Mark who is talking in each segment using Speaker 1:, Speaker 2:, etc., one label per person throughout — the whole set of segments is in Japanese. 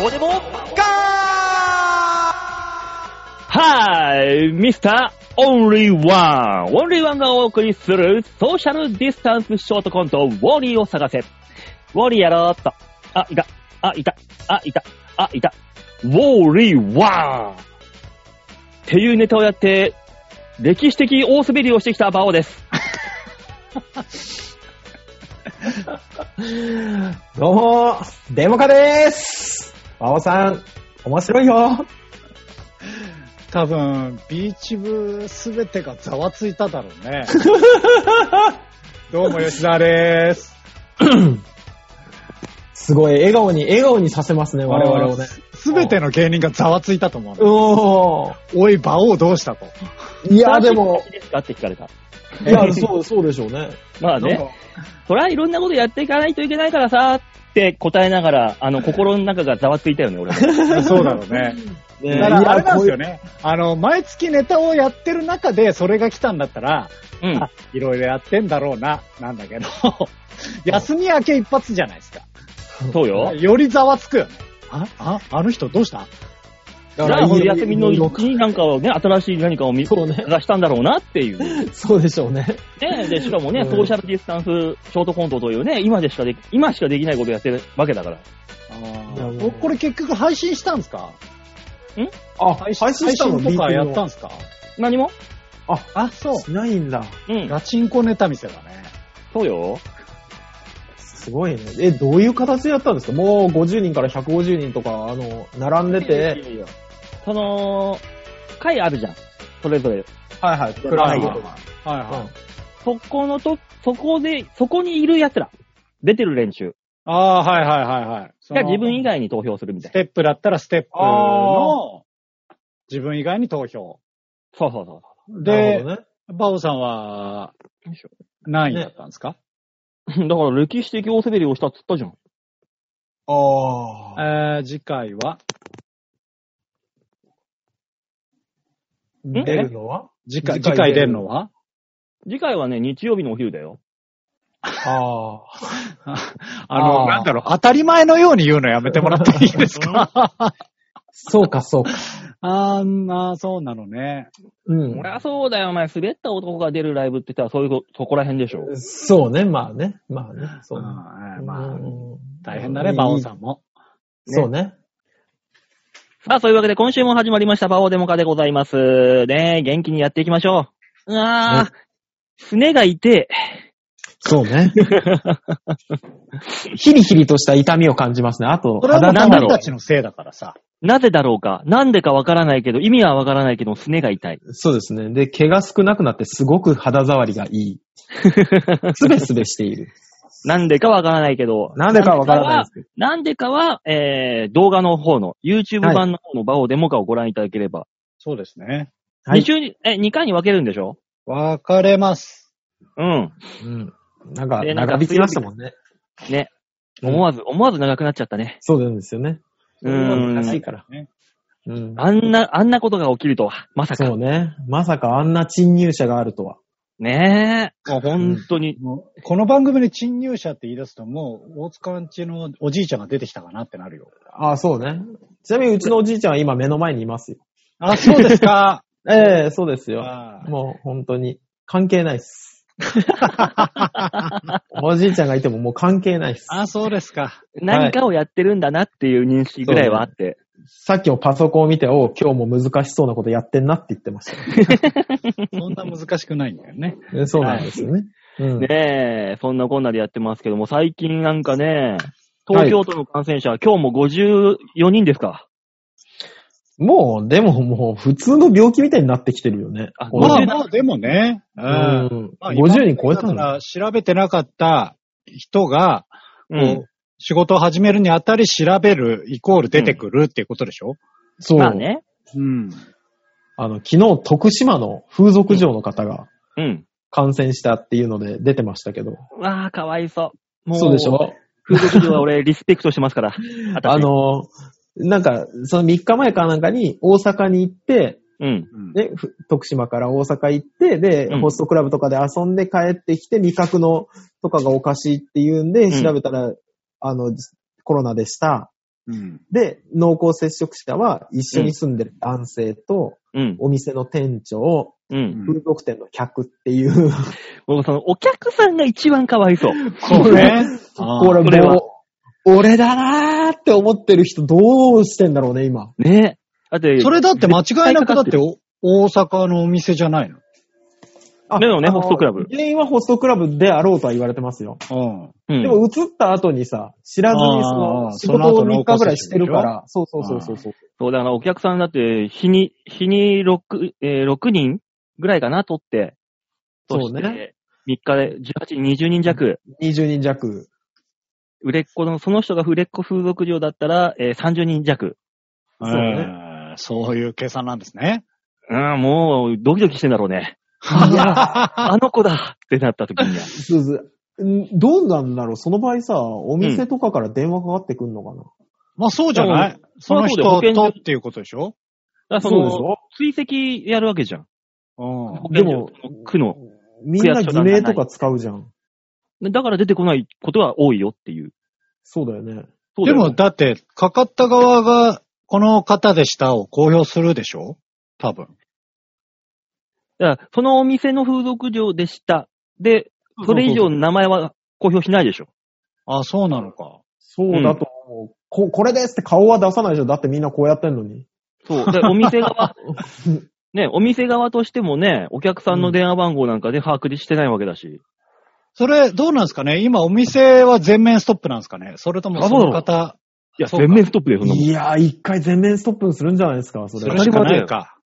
Speaker 1: どうでもガ
Speaker 2: はい、ミスターオンリーワン。オンリーワンがお送りするソーシャルディスタンスショートコント、ウォーリーを探せ。ウォーリーやろーっと。あ、いた。あ、いた。あ、いた。あ、いた。ウォーリーワン。っていうネタをやって、歴史的大滑りをしてきた馬王です。
Speaker 3: ーどうも、デモカでーすバオさん、面白いよ
Speaker 4: 多分、ビーチ部すべてがざわついただろ うね。どうも、吉沢でーす。
Speaker 3: すごい、笑顔に、笑顔にさせますね、我々をね。
Speaker 4: すべての芸人がざわついたと思うの。
Speaker 3: おー。
Speaker 4: おい、馬王どうしたと。
Speaker 3: いや、でも
Speaker 2: い、いですかって聞かれた。
Speaker 3: い や、そう、そうでしょうね。
Speaker 2: まあ
Speaker 4: なん
Speaker 2: ね
Speaker 4: か、
Speaker 2: そりゃいろんなことやっていかないといけないからさ、って答えながら、あの、心の中がざわついたよね、 俺も。
Speaker 4: そうだろうね。
Speaker 3: ね
Speaker 4: だから、あれなんですよ
Speaker 3: ね。
Speaker 4: ね。あの、毎月ネタをやってる中で、それが来たんだったら、
Speaker 2: うん。
Speaker 4: あいろいろやってんだろうな、なんだけど、 休み明け一発じゃないですか。
Speaker 2: そうよ。
Speaker 4: よりざわつくよね。あ、あ、あの人どうした
Speaker 2: じゃ
Speaker 3: だか
Speaker 2: あ、
Speaker 3: ら
Speaker 2: この休みの
Speaker 3: いいよ
Speaker 2: 日になんかをね、新しい何かを見、
Speaker 3: そうね
Speaker 2: がしたんだろうなって いう。
Speaker 3: そうでしょうね。
Speaker 2: ね、で、しかもね、
Speaker 3: うん
Speaker 2: ソーシャルディスタンスショートコントというね、今でしかでき、今しかできないことをやってるわけだから。
Speaker 3: いや
Speaker 4: あ
Speaker 3: も
Speaker 4: ー
Speaker 3: う
Speaker 4: これ結局配信したんですか
Speaker 3: あ、
Speaker 4: 配信とかやったんですか
Speaker 2: 何も
Speaker 4: あ、そう。
Speaker 3: しないんだ。
Speaker 2: うん。
Speaker 4: ガチンコネタ見せだね。
Speaker 2: そうよ。
Speaker 3: すごいね。え、どういう形でやったんですかもう50人から150人とか、あの、並んでて、
Speaker 2: その、回あるじゃん。それぞれ。
Speaker 3: はいはい、クラウドとか。
Speaker 4: はい
Speaker 3: うん
Speaker 4: い。
Speaker 2: そこのと、そこで、そこにいる奴ら。出てる練習。
Speaker 4: ああー、はいはいはいはい。その
Speaker 2: が自分以外に投票するみた
Speaker 4: ス
Speaker 2: いな。
Speaker 4: テップだったらステップ
Speaker 3: あ
Speaker 4: の、自分以外に投票。
Speaker 2: そうそうそう。
Speaker 3: なる
Speaker 4: で
Speaker 3: ほ、どね
Speaker 4: バオさんは
Speaker 2: よいしょ、
Speaker 4: 何位だったんですか、
Speaker 2: だから歴史的大滑りをしたっつったじゃん。
Speaker 3: ああ。
Speaker 4: えー、次回は
Speaker 3: 出るのは
Speaker 4: 次回、次
Speaker 3: 次
Speaker 4: 回
Speaker 3: 回
Speaker 4: 出
Speaker 3: 出
Speaker 4: る
Speaker 3: る
Speaker 4: のは
Speaker 2: 次回はね、日曜日のお昼だよ。
Speaker 3: ああ。
Speaker 4: あの、
Speaker 3: あー
Speaker 4: なんだろう、当たり前のように言うのやめてもらっていいです か
Speaker 3: そうか、そうか。
Speaker 4: あーんな、そうなのね。
Speaker 3: うん
Speaker 2: 俺。はそうだよ、お前。滑った男が出るライブって言ったら、そういうこ、そこら辺でしょ。
Speaker 3: そうね、まあね。まあね。そうね。
Speaker 4: あーまあ、
Speaker 3: うん
Speaker 4: 大変だね、バオさんも。
Speaker 3: そうね。
Speaker 2: さあ、そういうわけで今週も始まりました、バオデモカでございます。ねえ、元気にやっていきましょう。うわぁ、すねが痛え。
Speaker 3: そう ね。ヒリヒリとした痛みを感じますね。あと、
Speaker 4: それはもう
Speaker 2: なんだろう
Speaker 4: 君たちのせいだからさ。
Speaker 2: なぜだろうか。なんでかわからないけど、意味はわからないけど、すねが痛い。
Speaker 3: そうですね。で、毛が少なくなってすごく肌触りがいい。 すべすべしている。
Speaker 2: なんでかわからないけど。
Speaker 3: なんでかわからないですけど。
Speaker 2: なんでかは、えー、動画の方の、YouTube
Speaker 3: はい
Speaker 2: 版の方のバオデモカをご覧いただければ。
Speaker 4: そうですね。
Speaker 3: はい
Speaker 2: 2週に、え、2回に分けるんでしょ
Speaker 4: 分かれます。
Speaker 2: うん。
Speaker 3: うん。なんか、
Speaker 2: でなんか
Speaker 3: 長引きましたもんね。
Speaker 2: ね。
Speaker 3: うん
Speaker 2: 思わず、思わず長くなっちゃったね。
Speaker 3: そうなんですよね。
Speaker 2: う
Speaker 3: 難しい
Speaker 2: ん。
Speaker 3: から。
Speaker 4: ね
Speaker 3: うん。
Speaker 2: あんな、あんなことが起きるとは、まさか
Speaker 3: そ。うね。まさかあんな侵入者があるとは。
Speaker 2: ねえ。もう本当に、
Speaker 4: もうこの番組で侵入者って言い出すと、もう、大塚んちのおじいちゃんが出てきたかなってなるよ。
Speaker 3: ああ、そうね。ちなみにうちのおじいちゃんは今目の前にいますよ。
Speaker 4: あ、そうですか。
Speaker 3: ええそうですよ。
Speaker 4: あー
Speaker 3: もう本当に関係ないっ す。おじいちゃんがいてももう関係ないっす。
Speaker 4: あ、そうですか。
Speaker 2: 何かをやってるんだなっていう認識ぐらいはあって。
Speaker 3: さっきもパソコンを見て、おう今日も難しそうなことやってんなって言ってましたね。
Speaker 4: そんな難しくないんだよね。
Speaker 3: えそうなんですよね。うん。
Speaker 2: ねえ、そんなこんなでやってますけども、最近なんかね、東京都の感染者、今日も54人ですか。
Speaker 3: もう、でももう普通の病気みたいになってきてるよね。
Speaker 2: あ
Speaker 3: この
Speaker 4: まあ
Speaker 2: 50
Speaker 4: まあ、でもね。うん。
Speaker 3: うん。
Speaker 4: まあ
Speaker 3: 50人超えた
Speaker 4: だ
Speaker 3: の
Speaker 4: から、調べてなかった人が、
Speaker 2: う
Speaker 4: こう。仕事を始めるにあたり調べるイコール出てくるっていうことでしょ
Speaker 3: そう。
Speaker 2: まあね。
Speaker 4: うん。
Speaker 3: あの、昨日徳島の風俗嬢の方が
Speaker 2: うん。
Speaker 3: 感染したっていうので出てましたけど。
Speaker 2: わあ、かわいそう。もう、
Speaker 3: そうでしょ
Speaker 2: 風俗嬢は俺、リスペクトしてますから。私
Speaker 3: あ、の、なんか、その3日前かなんかに大阪に行って、
Speaker 2: うん。
Speaker 4: うん
Speaker 3: で、ふ徳島から大阪行って、で、
Speaker 2: うん
Speaker 3: ホストクラブとかで遊んで帰ってきて、味覚のとかがおかしいっていうんで、
Speaker 2: うん
Speaker 3: 調べたら、あの、コロナでした。
Speaker 4: うん。
Speaker 3: で、濃厚接触者は一緒に住んでる男性と、
Speaker 2: うん。
Speaker 3: お店の店長、
Speaker 2: うん。
Speaker 3: 風俗店の客っていう、
Speaker 2: もうその、お客さんが一番かわいそう。
Speaker 4: そうね。あー
Speaker 3: これ
Speaker 2: これは
Speaker 3: もう、 俺だなーって思ってる人どうしてんだろうね、今。
Speaker 2: ねだって、
Speaker 4: それだって間違いなくだって
Speaker 2: 絶
Speaker 4: お大阪のお店じゃないの。
Speaker 3: あ
Speaker 2: でもね
Speaker 3: あの
Speaker 2: ホストクラブ
Speaker 3: 原因はホストクラブであろうとは言われてますよ。
Speaker 4: うん。
Speaker 2: うん
Speaker 3: でも、移った後にさ、知らずにそ
Speaker 4: あー
Speaker 3: の、仕
Speaker 4: その
Speaker 3: 事
Speaker 4: 後
Speaker 3: を
Speaker 4: の
Speaker 3: 3日ぐらいしてるから、そうそうそうそうそう。
Speaker 2: そう、だからお客さんだって、日に、日に6、えー、6人ぐらいかな、取って。
Speaker 3: そう
Speaker 2: して
Speaker 3: ね
Speaker 2: 3日で18、20人弱。
Speaker 3: 20人弱。
Speaker 2: 売れっ子の、その人が売れっ子風俗嬢だったら、えー、30人弱。
Speaker 3: そうね
Speaker 4: えーそういう計算なんですね。
Speaker 2: うん、もう、ドキドキしてんだろうね。
Speaker 3: い や
Speaker 2: あの子だってなった時には。
Speaker 3: そうそううんどうなんだろうその場合さ、お店とかから電話かかってくんのかな、
Speaker 4: まあそうじゃないその人
Speaker 2: まあそうだよ保
Speaker 4: と
Speaker 2: 険
Speaker 4: っていうことでしょ
Speaker 2: だからそ
Speaker 3: そうでし
Speaker 2: の、
Speaker 3: ょ
Speaker 2: 追跡やるわけじゃん。
Speaker 4: うん。
Speaker 3: でも
Speaker 2: 区の。
Speaker 3: みんな偽名とか使うじゃん。
Speaker 2: だから出てこないことは多いよっていう。
Speaker 3: そうだよね。
Speaker 2: そうだよ
Speaker 4: でもだって、かかった側がこの方でしたを公表するでしょ多分。
Speaker 2: だからそのお店の風俗嬢でした。で、それ以上の名前は公表しないでしょ。
Speaker 4: あ、そうなのか。
Speaker 3: そうだと思う、こ。これですって顔は出さないでしょだってみんなこうやってんのに。
Speaker 2: そう。で、お店 側、ね、お店側としてもね、お客さんの電話番号なんかで把握してないわけだし。
Speaker 4: それ、どうなんですかね今お店は全面ストップなんですかねそれとも
Speaker 2: あ
Speaker 4: そ
Speaker 2: そうなの
Speaker 4: の方、
Speaker 2: いや、
Speaker 4: そうか
Speaker 2: 全面ストップで、そんなもん。
Speaker 3: いやー、一回全面ストップにするんじゃないですか、そ
Speaker 4: そ
Speaker 3: れ。
Speaker 4: れしかないか。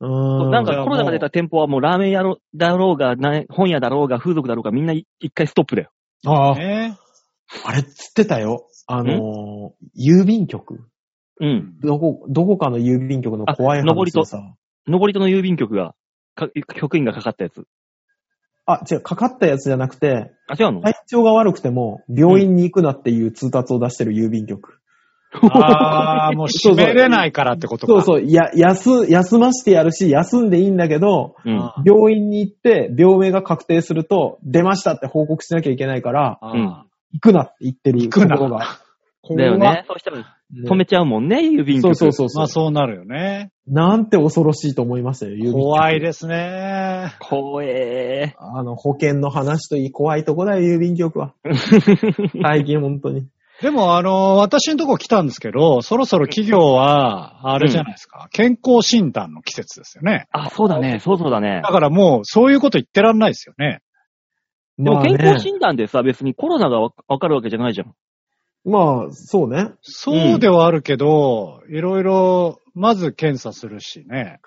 Speaker 3: うーん。
Speaker 2: なんかコロナが出た店舗はもうラーメン屋ろだろうが、な本屋だろうが、風俗だろうが、みんな一回ストップだよ。
Speaker 3: あー
Speaker 4: ね
Speaker 3: あれっつってたよ。あのー、郵便局。
Speaker 2: うん。
Speaker 3: どこ、どこかの郵便局の怖い
Speaker 2: あ上り
Speaker 3: 話
Speaker 2: と
Speaker 3: をさ。
Speaker 2: 上りとの郵便局が、か局員がかかったやつ。
Speaker 3: あ、違う、かかったやつじゃなくて、
Speaker 2: あ、違うの、
Speaker 3: 体調が悪くても、病院に行くなっていう通達を出してる郵便局。
Speaker 4: ああ、もう閉めれないからってことか。
Speaker 3: そうそう、や、休、休ましてやるし、休んでいいんだけど、
Speaker 2: うん。
Speaker 4: あー
Speaker 3: 病院に行って、病名が確定すると、出ましたって報告しなきゃいけないから、
Speaker 4: あー
Speaker 2: うん
Speaker 3: 行くなって言ってる
Speaker 4: 行く
Speaker 3: と
Speaker 4: な
Speaker 3: ころが。
Speaker 2: だよね。そうしたら止
Speaker 3: 怖っ。
Speaker 2: めちゃうもんね、郵便
Speaker 3: そ
Speaker 2: 局。
Speaker 3: うそうそうそう、
Speaker 4: まあそうなるよね。
Speaker 3: なんて恐ろしいと思いましたよ、郵便局
Speaker 4: 怖いですね。
Speaker 2: 怖え
Speaker 3: あの、保険の話といい、怖いとこだよ、郵便局 は。最近本当に。
Speaker 4: でも、あの、私のとこ来たんですけど、そろそろ企業は、あれじゃないですか、健康診断の季節ですよね。
Speaker 2: あ、そうだね、そうそうだね
Speaker 4: だ。からもう、そういうこと言ってらんないですよね。
Speaker 2: でも健
Speaker 3: まあ
Speaker 2: 康
Speaker 3: ね
Speaker 2: 診断でさ、別にコロナがわわかるわけじゃないじゃん。
Speaker 3: まあ、そうね。
Speaker 4: そうではあるけど、いろいろ、まず検査するしね。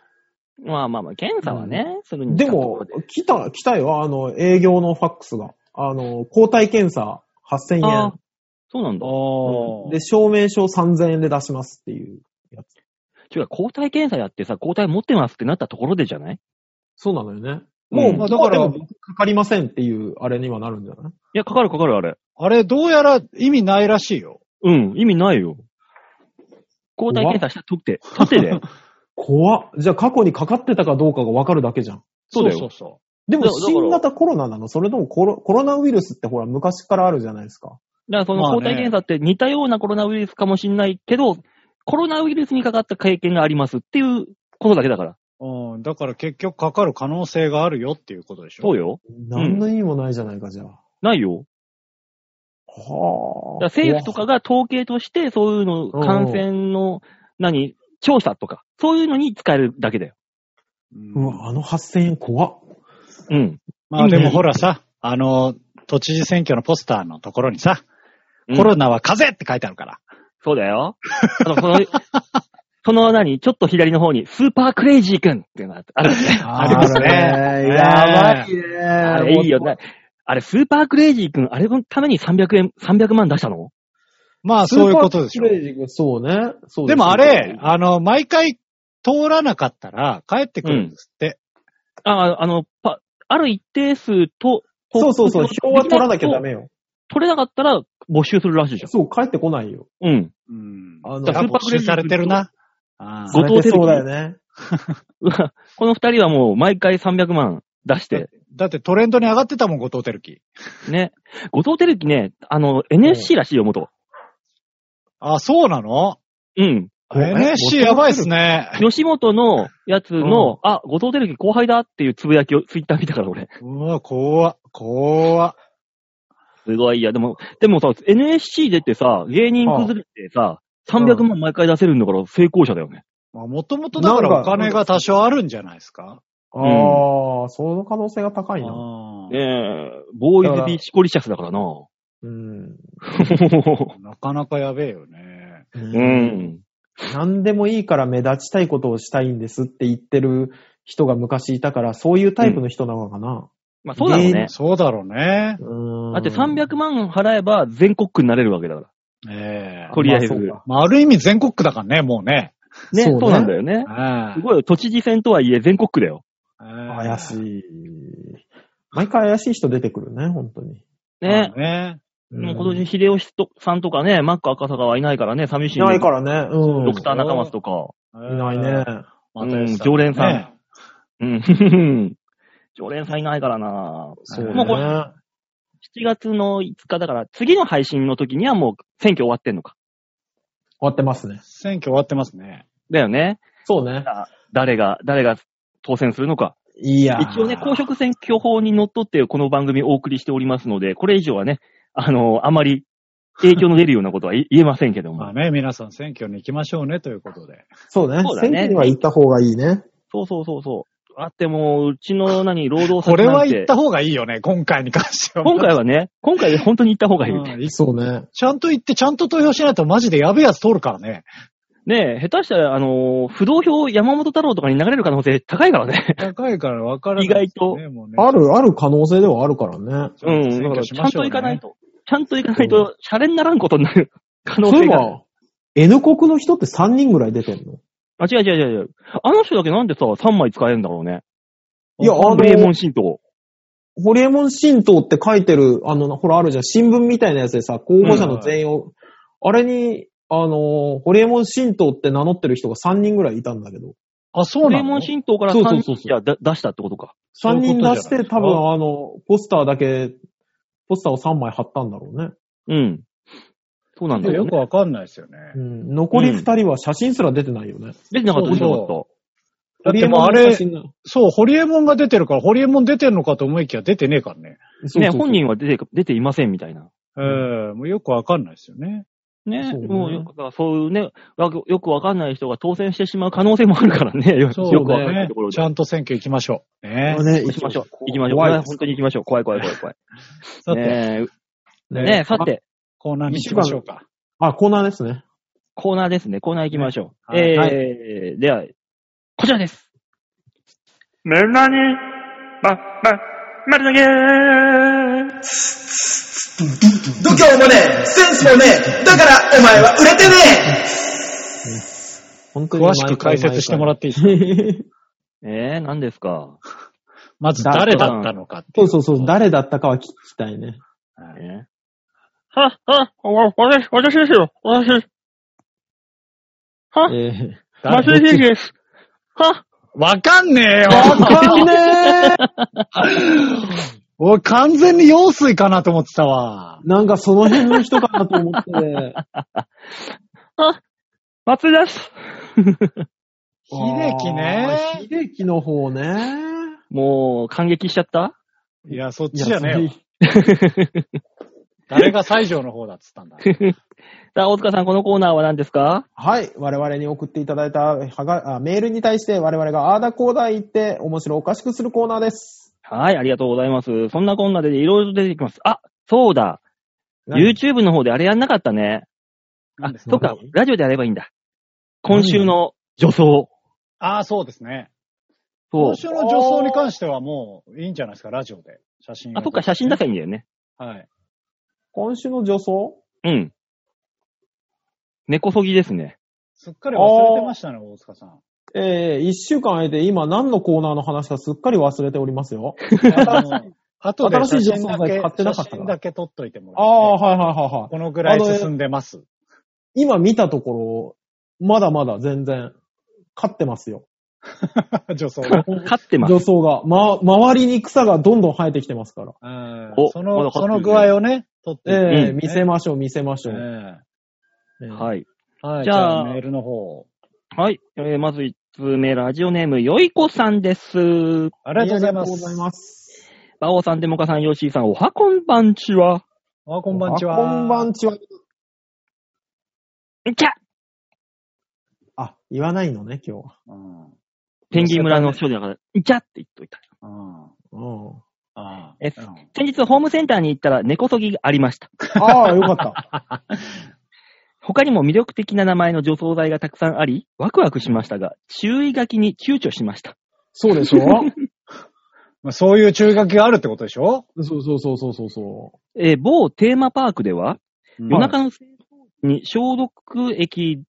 Speaker 2: まあまあまあ、検査はね、するに
Speaker 3: で
Speaker 2: したとこ
Speaker 3: も
Speaker 2: ろで、
Speaker 3: 来た、来たよ、あの、営業のファックスが。あの、抗体検査8000
Speaker 2: あそうなんだ。
Speaker 3: 円。で、証明書3000円で出しますっていうやつ。
Speaker 2: 違う、抗体検査やってさ、抗体持ってますってなったところでじゃない
Speaker 3: そうなのよね。
Speaker 2: うん
Speaker 3: もう、
Speaker 4: まあだ
Speaker 3: だか
Speaker 4: か
Speaker 3: らら、僕かかりませんっていう、あれにはなるんじゃない
Speaker 2: いや、かかるかかる、あれ。
Speaker 4: あれ、どうやら意味ないらしいよ。
Speaker 2: うん、意味ないよ。抗体検査したとって、と ってだよ。
Speaker 3: 怖っ。じゃあ、過去にかかってたかどうかがわかるだけじゃん。
Speaker 2: そうだよ
Speaker 4: そうそ
Speaker 3: で
Speaker 2: だ
Speaker 3: も、
Speaker 2: だから
Speaker 3: 新型コロナなのそれともコロコロナウイルスってほら、昔からあるじゃないですか。
Speaker 2: だからその
Speaker 4: まあね
Speaker 2: 抗体検査って似たようなコロナウイルスかもしんないけど、コロナウイルスにかかった経験がありますっていうことだけだから。
Speaker 4: ううん。だから結局かかる可能性があるよっていうことでしょ。
Speaker 2: そう
Speaker 4: よ。
Speaker 2: よ。
Speaker 3: 何の意味もないじゃないか、じゃあ。
Speaker 2: ないよ。だ
Speaker 3: はあ。
Speaker 2: から政府とかが統計としてそういうの、
Speaker 3: うん
Speaker 2: 感染の、何、調査とか、そういうのに使えるだけだよ。
Speaker 3: うわ、あの8000円怖っ。
Speaker 2: うん。
Speaker 4: まあでもほらさ、あの、都知事選挙のポスターのところにさ、
Speaker 2: うん
Speaker 4: コロナは風邪って書いてあるから。
Speaker 2: そうだよ。あの、その、 その何、ちょっと左の方に、スーパークレイジー君っていうのがあるんだよ。
Speaker 4: ありますね
Speaker 3: あれね
Speaker 4: ね
Speaker 3: やばい
Speaker 2: あ
Speaker 3: ね。
Speaker 2: れいいよ
Speaker 3: もう
Speaker 2: ね。あれ、スーパークレイジー君、あれのために300円、300万出したの
Speaker 4: まあそういうことで
Speaker 3: ス
Speaker 4: し
Speaker 3: ーパークレ
Speaker 4: ょ。
Speaker 3: イジー君そうね。そうす
Speaker 4: でもあれ、、あの、毎回通らなかったら帰ってくるんですって。
Speaker 2: あ、あの、パ、ある一定数と、
Speaker 3: そうそうそう、票は取らなきゃダ。メよ。
Speaker 2: 取れなかったら没収するらしいじゃ
Speaker 3: そう、帰ってこないよ。
Speaker 2: ん。うん。
Speaker 4: うん。
Speaker 3: あの
Speaker 4: だから
Speaker 2: スーパー
Speaker 4: 没
Speaker 2: クレイ
Speaker 4: 収
Speaker 2: ジー
Speaker 4: されてるな。あ
Speaker 2: ご
Speaker 4: あ
Speaker 2: 後藤輝樹
Speaker 3: そうだよね。
Speaker 2: うわ この二人はもう毎回300万出して、
Speaker 4: だってトレンドに上がってたもん、後藤輝樹。
Speaker 2: ね。後藤輝樹ね、あの、NSC らしいよ、元。
Speaker 4: あ、そうなの
Speaker 2: うん。
Speaker 4: ?NSC やばいっすね。
Speaker 2: 吉本のやつの、
Speaker 4: うん
Speaker 2: あ、後藤輝樹後輩だっていうつぶやきをツイッター見たから俺。
Speaker 4: うわ、怖っ、怖っ。
Speaker 2: すごいや。でも、でもさ、NSC 出てさ、芸人崩れてさ、300万毎回出せるんだから成功者だよね。
Speaker 4: まあ、もともとだから
Speaker 3: なん
Speaker 4: お
Speaker 3: か
Speaker 4: 金が多少あるんじゃないですか。
Speaker 3: あ
Speaker 2: ん
Speaker 3: あ、その可能性が高いな。
Speaker 4: あ
Speaker 2: ね
Speaker 4: ー
Speaker 2: え、ボーイズビーチコリシャスだからな。
Speaker 3: うん。
Speaker 4: なかなかやべえよね。
Speaker 3: う
Speaker 2: う。ん。
Speaker 3: 何でもいいから目立ちたいことをしたいんですって言ってる人が昔いたから、そういうタイプの人なのかな。
Speaker 2: まあそうだろうね。
Speaker 4: そうだろうね。
Speaker 3: うん。
Speaker 2: だって300万払えば全国区になれるわけだから。
Speaker 4: ええ
Speaker 2: コリアヘ
Speaker 3: まあそう
Speaker 2: ブ。
Speaker 3: か
Speaker 4: まあ、ある意味全国区だからね、もうね。
Speaker 2: ね、
Speaker 3: そう
Speaker 2: そ
Speaker 3: ね
Speaker 2: うなんだよね。
Speaker 4: あ
Speaker 2: すごいよ、都知事選とはいえ全国区だよ。
Speaker 3: 怪
Speaker 4: い。
Speaker 3: しい。毎回怪しい人出てくるね、本当に。
Speaker 2: ね。
Speaker 4: まあね。
Speaker 2: もう今年、秀吉とさんとかね、マック赤坂はいないからね、寂し
Speaker 3: い
Speaker 2: い。
Speaker 3: ないからね。うん。
Speaker 2: ドクター中松とか。
Speaker 3: いないね。
Speaker 4: 又吉さんね。
Speaker 2: 常連さん うん。常連さんいないからな
Speaker 3: そうね。
Speaker 2: もうこれ7月の5日だから、次の配信の時にはもう選挙終わってんのか。
Speaker 3: 終わってますね。
Speaker 4: 選挙終わってますね。
Speaker 2: だよね。
Speaker 3: そうね。
Speaker 2: 誰が、誰が当選するのか。
Speaker 3: いやー
Speaker 2: 一応ね、公職選挙法にのっとってこの番組をお送りしておりますので、これ以上はね、あのあまり影響の出るような ことは言えませんけど
Speaker 4: まあ
Speaker 2: も。
Speaker 4: ね、皆さん選挙に行きましょうねということで。
Speaker 3: そうね
Speaker 2: そう。だね
Speaker 3: 選挙には行った方がいいね。
Speaker 2: そうそうそうそう。あってもう、うちの何、労働
Speaker 4: こ
Speaker 2: 先
Speaker 4: れ
Speaker 2: な
Speaker 4: は
Speaker 2: ん。
Speaker 4: 行ってた方がいいよね、今回に関しては。
Speaker 2: 今回はね、今回本当に行った方がいい。
Speaker 4: うんい
Speaker 3: そうね。
Speaker 4: ちゃんと行って、ちゃんと投票しないとマジでやべえやつ通るからね。
Speaker 2: ねえ、下手したら、あのー不動票山本太郎とかに流れる可能性高いからね。
Speaker 4: 高いから分からない、
Speaker 2: 意外
Speaker 4: と。もうね
Speaker 3: ある、ある可能性ではあるからね。
Speaker 4: ち
Speaker 2: う
Speaker 4: ょっと
Speaker 2: ん。だ
Speaker 4: 選
Speaker 2: か
Speaker 4: 挙
Speaker 2: ら、
Speaker 4: し
Speaker 2: ちゃ
Speaker 4: ま
Speaker 2: ん
Speaker 4: しょ
Speaker 2: と
Speaker 4: うね
Speaker 2: 行かないと。ちゃんと行かないと、シャレにならんことになる可能
Speaker 3: そうい
Speaker 2: 性が。
Speaker 3: えば、N 国の人って3人ぐらい出てんの
Speaker 2: あ、違う違う違う違う。あの人だけなんでさ、3枚使えるんだろうね。
Speaker 3: いや、あ
Speaker 2: ホリエモ
Speaker 3: の
Speaker 2: ン、神道。
Speaker 3: ホリエモン神道って書いてる、あの、ほらあるじゃん、新聞みたいなやつでさ、候補者の全員を、あれに、あの、ホリエモン神道って名乗ってる人が3人ぐらいいたんだけど、
Speaker 4: あ、そ
Speaker 2: ホ
Speaker 4: う
Speaker 2: リ
Speaker 4: な
Speaker 2: エモ
Speaker 4: の
Speaker 2: ン神道から
Speaker 3: そうそ
Speaker 2: 3
Speaker 3: うそう
Speaker 2: 人じゃだ出したってことか。
Speaker 4: そう
Speaker 3: 3
Speaker 4: いう
Speaker 3: 人
Speaker 4: こと
Speaker 3: 出
Speaker 4: じゃない
Speaker 3: して多分あの、ポスターだけ、ポスターを3枚貼ったんだろうね。
Speaker 2: うん。そうなんだよ
Speaker 4: よ
Speaker 2: ね
Speaker 4: く。わかんないですよね。
Speaker 3: うん、残り2人は写真すら出てないよね。
Speaker 2: 出てなかった、出
Speaker 4: そう
Speaker 2: てな
Speaker 4: そ
Speaker 2: か
Speaker 4: う
Speaker 2: った。
Speaker 4: だ
Speaker 3: ホ
Speaker 4: っ
Speaker 3: リ
Speaker 4: て
Speaker 3: エ
Speaker 4: もう
Speaker 3: モ
Speaker 4: あ
Speaker 3: ンの写
Speaker 4: れ、
Speaker 3: 真な
Speaker 4: そう、ホリエモンが出てるから、ホリエモン出てんのかと思いきや出てねえからね。
Speaker 3: そうそうそう
Speaker 2: ね、本人は出て、出ていませんみたいな。
Speaker 4: ええもうよくわかんないですよね。
Speaker 2: ね、
Speaker 3: そうね
Speaker 2: もうよく、だからそういうね、わよくわかんない人が当選してしまう可能性もあるからね、よ
Speaker 4: そう
Speaker 2: よくわかんな
Speaker 4: ね
Speaker 2: いところ。で。
Speaker 4: ちゃんと選挙行きましょう。ね
Speaker 3: まあね
Speaker 2: 行きましょう。行きましょう。こ
Speaker 3: 怖
Speaker 2: れは
Speaker 3: いです
Speaker 2: 本当に行きましょう。怖い怖い怖い怖い。
Speaker 4: さて、
Speaker 2: ねえ、
Speaker 4: ね
Speaker 2: ねえさて、
Speaker 4: コーナーに行きましょうか。
Speaker 3: あ、コーナーですね。
Speaker 2: コーナーですね。コーナー行きましょう。
Speaker 4: ねはい
Speaker 2: えー、では、こちらです。
Speaker 1: みんなに、ま、ま、丸投げ
Speaker 5: 度胸もねえ、センスもねえ、だからお前は売れてねえ
Speaker 3: 本当に
Speaker 4: 詳しく解説してもら
Speaker 3: っ
Speaker 4: っていい ですか
Speaker 3: て。
Speaker 2: えー、何ですか、
Speaker 4: まず誰だったのかってい
Speaker 3: そうそうそう、誰だったかは聞きたいね。
Speaker 2: え
Speaker 4: はい
Speaker 2: ー、
Speaker 1: は、は、わ、私、私ですよ。私。は、
Speaker 3: え
Speaker 4: 誰
Speaker 1: 松井秀喜です。は、
Speaker 4: わかんねえよ
Speaker 3: ー、かんねえ
Speaker 4: 俺完全に用水かなと思ってたわ。
Speaker 3: なんかその辺の人かなと思って。
Speaker 1: 松井です。
Speaker 4: 秀樹
Speaker 3: あー
Speaker 4: ね。
Speaker 3: 秀樹の方ね。
Speaker 2: もう、感激しちゃった
Speaker 4: いや、そっ
Speaker 3: い
Speaker 4: ちじゃねえよ。
Speaker 3: 次
Speaker 4: 誰が西条の方だっつったんだ。
Speaker 2: さあ、大塚さん、このコーナーは何ですか
Speaker 3: はい。我々に送っていただいたはがあメールに対して我々があーだこーだ言って面白おかしくするコーナーです。
Speaker 2: はい、ありがとうございます。そんなこんなでいろいろ出てきます。あ、そうだ。
Speaker 3: 何
Speaker 2: YouTube の方であれやんなかったね。あ、そっか
Speaker 3: 何、
Speaker 2: ラジオでやればいいんだ。今週の女装。
Speaker 4: ああ、そうですね。
Speaker 2: そう
Speaker 4: 今。週の女装に関してはもういいんじゃないですか、ラジオで。写真を
Speaker 2: あ、そっか、写真出
Speaker 4: け。
Speaker 2: せばいいんだよね。
Speaker 4: はい。
Speaker 3: 今週の女装
Speaker 2: うん。根こそぎですね。
Speaker 4: すっかり忘れてましたね、大塚さん。
Speaker 3: えー、一週間空いて今何のコーナーの話かすっかり忘れておりますよ。
Speaker 4: あの後で写真
Speaker 3: 新
Speaker 4: だ
Speaker 3: しい
Speaker 4: け
Speaker 3: 女装剤買ってなか
Speaker 4: 写
Speaker 3: ったから
Speaker 4: 真だけ撮っといても
Speaker 3: ああ、
Speaker 4: らって。
Speaker 3: はいはいはいはい。
Speaker 4: このぐらい進んでます。
Speaker 3: 今見たところ、まだまだ全然、勝ってますよ。
Speaker 4: 女装。
Speaker 2: 勝ってます
Speaker 3: 女。装が。ま、周りに草がどんどん生えてきてますから。
Speaker 4: うん
Speaker 2: お
Speaker 4: そ
Speaker 2: まだ
Speaker 4: の、
Speaker 2: 勝ってる
Speaker 4: その具合をね、撮ってい
Speaker 3: ええ
Speaker 2: うん
Speaker 3: 見せましょう、見せましょ
Speaker 4: く
Speaker 3: う。
Speaker 4: ええ
Speaker 3: い。
Speaker 2: はい。
Speaker 4: はい。
Speaker 2: じ
Speaker 4: じ
Speaker 2: ゃ
Speaker 4: ゃ
Speaker 2: あ
Speaker 4: あ、メールの方。
Speaker 2: はい。えーまず1通目、ラジオネーム、よいこさんです。
Speaker 4: あ
Speaker 3: あ
Speaker 4: りがとうございます。
Speaker 3: ます。
Speaker 2: バオさん、デモカさん、ヨッシーさん、おはこんばんちは。
Speaker 4: あ、こ
Speaker 3: こ
Speaker 4: んばんちは。
Speaker 3: こんばんちは。
Speaker 2: うきゃ
Speaker 3: あ、言わないのね、今日は。
Speaker 4: うん。うん。
Speaker 2: ペンギン村の少女だから、うきゃって言っといた。
Speaker 4: あ
Speaker 3: うん。
Speaker 4: あ。
Speaker 2: え
Speaker 4: うん
Speaker 2: 先日、ホームセンターに行ったら、根こそぎがありました。
Speaker 3: ああ、よかった。
Speaker 2: 他にも魅力的な名前の除草剤がたくさんあり、ワクワクしましたが、注意書きに躊躇しました。
Speaker 3: そうでしょ
Speaker 4: まあ、そういう注意書きがあるってことでしょ
Speaker 3: そうそうそうそうそうそ
Speaker 2: えー某テーマパークでは、夜
Speaker 4: まあ
Speaker 2: 中の清掃時に消毒液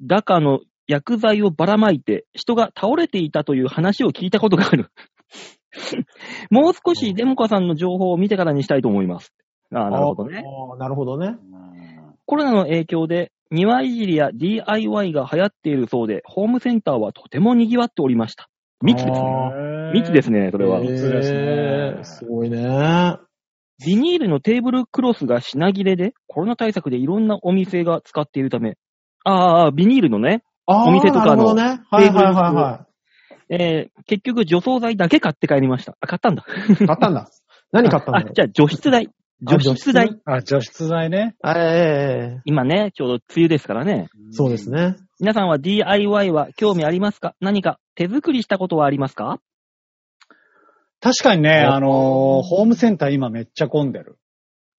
Speaker 2: だかの薬剤をばらまいて、人が倒れていたという話を聞いたことがある。もう少しデモカさんの情報を見てからにしたいと思います。ああ、
Speaker 3: う。
Speaker 2: なるほどね。
Speaker 3: ああ。なるほどね。
Speaker 4: うん
Speaker 2: コロナの影響で庭いじりや DIY が流行っているそうで、ホームセンターはとても賑わっておりました。密ですね。
Speaker 3: あ
Speaker 2: 密ですね、それは
Speaker 4: へ。ー密ですね
Speaker 3: えーすごいね。
Speaker 2: ビニールのテーブルクロスが品切れで、コロナ対策でいろんなお店が使っているため、ああ、ビニールのね、
Speaker 3: ああ、
Speaker 2: お店とかの
Speaker 3: なるほどね。はいはいはいは
Speaker 2: えー結局除草剤だけ買って帰りました。あ、買ったんだ。
Speaker 3: い。買ったんだ。何買ったんだ
Speaker 2: あ、
Speaker 3: ろう
Speaker 2: じゃあ除湿剤。
Speaker 3: あ
Speaker 2: 除湿剤。
Speaker 4: あ、除湿剤ね。
Speaker 3: あええええ
Speaker 2: 今ね、ちょうど梅雨ですからね。
Speaker 3: そうですね。
Speaker 2: 皆さんは DIY は興味ありますか何か手作りしたことはありますか
Speaker 4: 確かにね、あのー、ホームセンター今めっちゃ混んでる。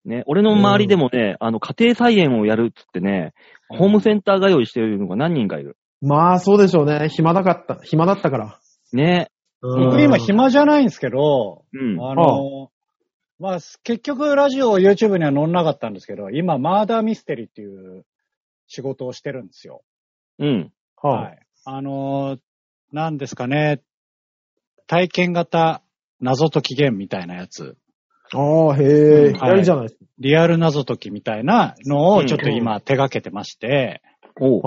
Speaker 2: ね、俺の周りでもね、あの、家庭菜園をやるっつってね、ホームセンター通いしてるのが何人かいる。
Speaker 3: まあ、そうでしょうね。暇だかった。暇だったから。
Speaker 2: ね。
Speaker 3: うん
Speaker 4: 僕今暇じゃないんですけど、
Speaker 2: うん。
Speaker 4: あのー、まあ、結局ラジオ、YouTube には載んなかったんですけど、今、マーダーミステリーっていう仕事をしてるんですよ。
Speaker 2: うん。
Speaker 3: は。
Speaker 4: はいい。あのー、なんですかね、体験型謎解きゲームみたいなやつ、
Speaker 3: ああ、へえ。
Speaker 4: うん
Speaker 3: 左じゃないですか。
Speaker 4: リアル謎解きみたいなのをちょっと今手掛けてまして、
Speaker 2: おう。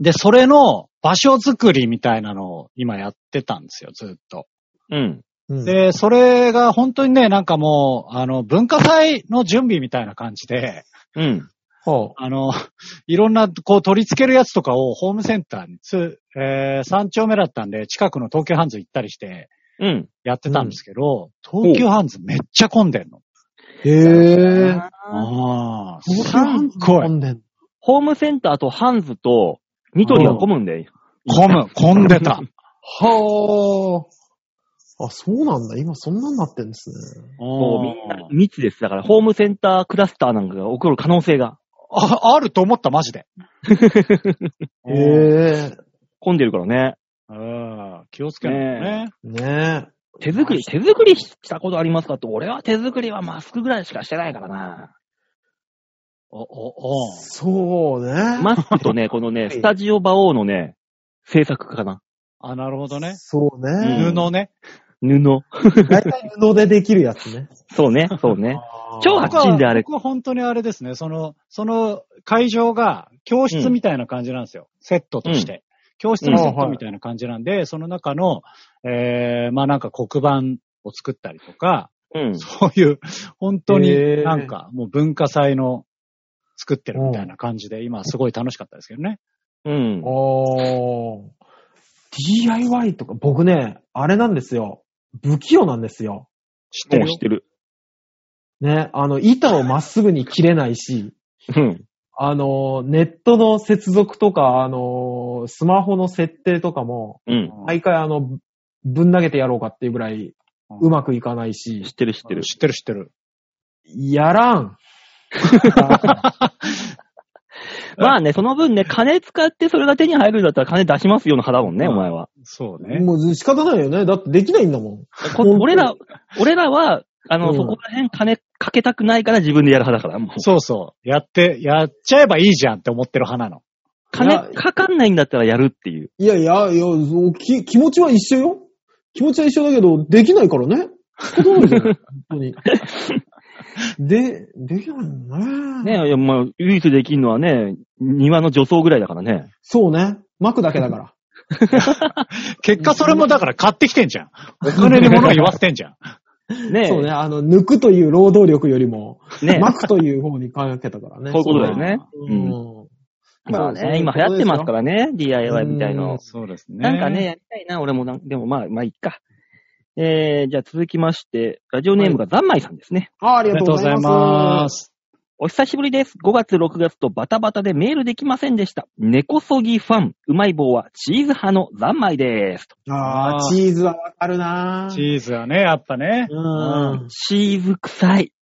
Speaker 4: で、それの場所作りみたいなのを今やってたんですよ、ずっと。
Speaker 2: うん。
Speaker 3: うん
Speaker 4: で、それが本当にね、なんかもう、あの、文化祭の準備みたいな感じで、
Speaker 2: うん。
Speaker 3: は
Speaker 4: あの、 いろんな、こう取り付けるやつとかをホームセンターに、つ、えー、3丁目だったんで、近くの東急ハンズ行ったりして、
Speaker 2: うん。
Speaker 4: やってたんですけど、東急ハンズめっちゃ混んでんの。
Speaker 3: あへえ。
Speaker 4: ああ、
Speaker 3: 東急ハンズ
Speaker 4: すっごい
Speaker 3: 混んでんの
Speaker 2: ホームセンターとハンズとニトリが混むんだよ。
Speaker 4: 混む、混んでた。
Speaker 3: はあ。あ、そうなんだ。今そんなんなってんですね。
Speaker 2: もうみんな密です。だからホームセンタークラスターなんかが起こる可能性が
Speaker 4: あ、あると思った、マジで。
Speaker 3: へえ。
Speaker 2: 混んでるからね。
Speaker 4: うん気をつけないとね。
Speaker 3: ねえ。
Speaker 2: 手作り、手作りしたことありますかって、俺は手作りはマスクぐらいしかしてないからな。
Speaker 4: お、お、お。
Speaker 3: そうね。
Speaker 2: マスクとね、このね、スタジオ馬王のね、制作かな。
Speaker 4: あ、なるほどね。
Speaker 3: そうね。
Speaker 2: うん
Speaker 4: 布ね。
Speaker 2: 布。
Speaker 3: 大体布でできるやつね。
Speaker 2: そうね、そう ね。超
Speaker 4: 僕
Speaker 2: 発
Speaker 4: は
Speaker 2: 信であれ。
Speaker 4: 僕は本当にあれですね。その、その会場が教室みたいな感じなんですよ。セットとして。教室のセットみたいな感じなんで、その中の、えー、まあなんか黒板を作ったりとか、
Speaker 2: うん。
Speaker 4: そういう、本当
Speaker 3: へー
Speaker 4: になんかもう文化祭の作ってるみたいな感じで、今すごい楽しかったですけどね。
Speaker 2: うん。
Speaker 3: おー。DIY とか、僕ね、あれなんですよ。不器用なんですよ。
Speaker 4: 知って
Speaker 2: も
Speaker 4: る
Speaker 2: う知
Speaker 4: よ
Speaker 2: ってる。
Speaker 3: ね、あの、板をまっすぐに切れないし、
Speaker 2: うん。
Speaker 3: あの、ネットの接続とか、あの、スマホの設定とかも、
Speaker 2: うん。
Speaker 4: うん
Speaker 3: 毎回あの、ぶん投げてやろうかっていうぐらい、うまくいかないし
Speaker 2: 知っ、てる、知ってる。
Speaker 4: 知ってる知ってる。
Speaker 3: やらん。
Speaker 2: まあね、その分ね、金使ってそれが手に入るんだったら金出しますよの派だもんね、
Speaker 4: うん
Speaker 2: お前は。
Speaker 4: そうね。
Speaker 3: もう仕方ないよね。だってできないんだもん。
Speaker 2: こ
Speaker 3: 本当
Speaker 2: 俺ら、俺らは、あの、
Speaker 3: うん
Speaker 2: そこら辺金かけたくないから自分でやる派だから、もう。
Speaker 4: そうそう。やって、やっちゃえばいいじゃんって思ってる派なの。
Speaker 2: 金かかんないんだったらやるっていう。
Speaker 3: いやいや、いや、そうき気持ちは一緒よ。気持ちは一緒だけど、できないからね。仕方ないじゃん。本当に。で、できないもんね。
Speaker 2: ねえ、いやまあ、唯一できるのはね、庭の除草ぐらいだからね。
Speaker 3: そうね。巻くだけだから。
Speaker 4: 結果それもだから買ってきてんじゃ ん。お金に物を言わせてんじゃん。
Speaker 2: ねえ、
Speaker 3: そうね。あの、抜くという労働力よりも、
Speaker 2: ねえ
Speaker 3: 巻くという方にかけたからね。
Speaker 2: そういうことだよね。
Speaker 3: そうね。うん。
Speaker 2: まあね、今流行ってますからね、DIY みたいの。
Speaker 4: そうですね。
Speaker 2: なんかね、やりたいな、俺もなん。でもまあ、まあ、いっか。えー、じゃあ続きまして、ラジオネームがざんまいさんですね。
Speaker 3: あーあ
Speaker 4: あり
Speaker 3: り
Speaker 4: が
Speaker 3: がと
Speaker 4: とう
Speaker 3: う
Speaker 4: ご
Speaker 3: ご
Speaker 4: ざ
Speaker 3: ざ
Speaker 4: い
Speaker 3: い
Speaker 4: ま
Speaker 3: ます。
Speaker 4: す。
Speaker 2: お久しぶりです。5月、6月とバタバタでメールできませんでした。猫そぎファン、うまい棒はチーズ派のざんまいです。
Speaker 3: ああ、チーズはわかるな
Speaker 4: チーズはね、やっぱね。
Speaker 3: うん。
Speaker 2: チーズ臭い。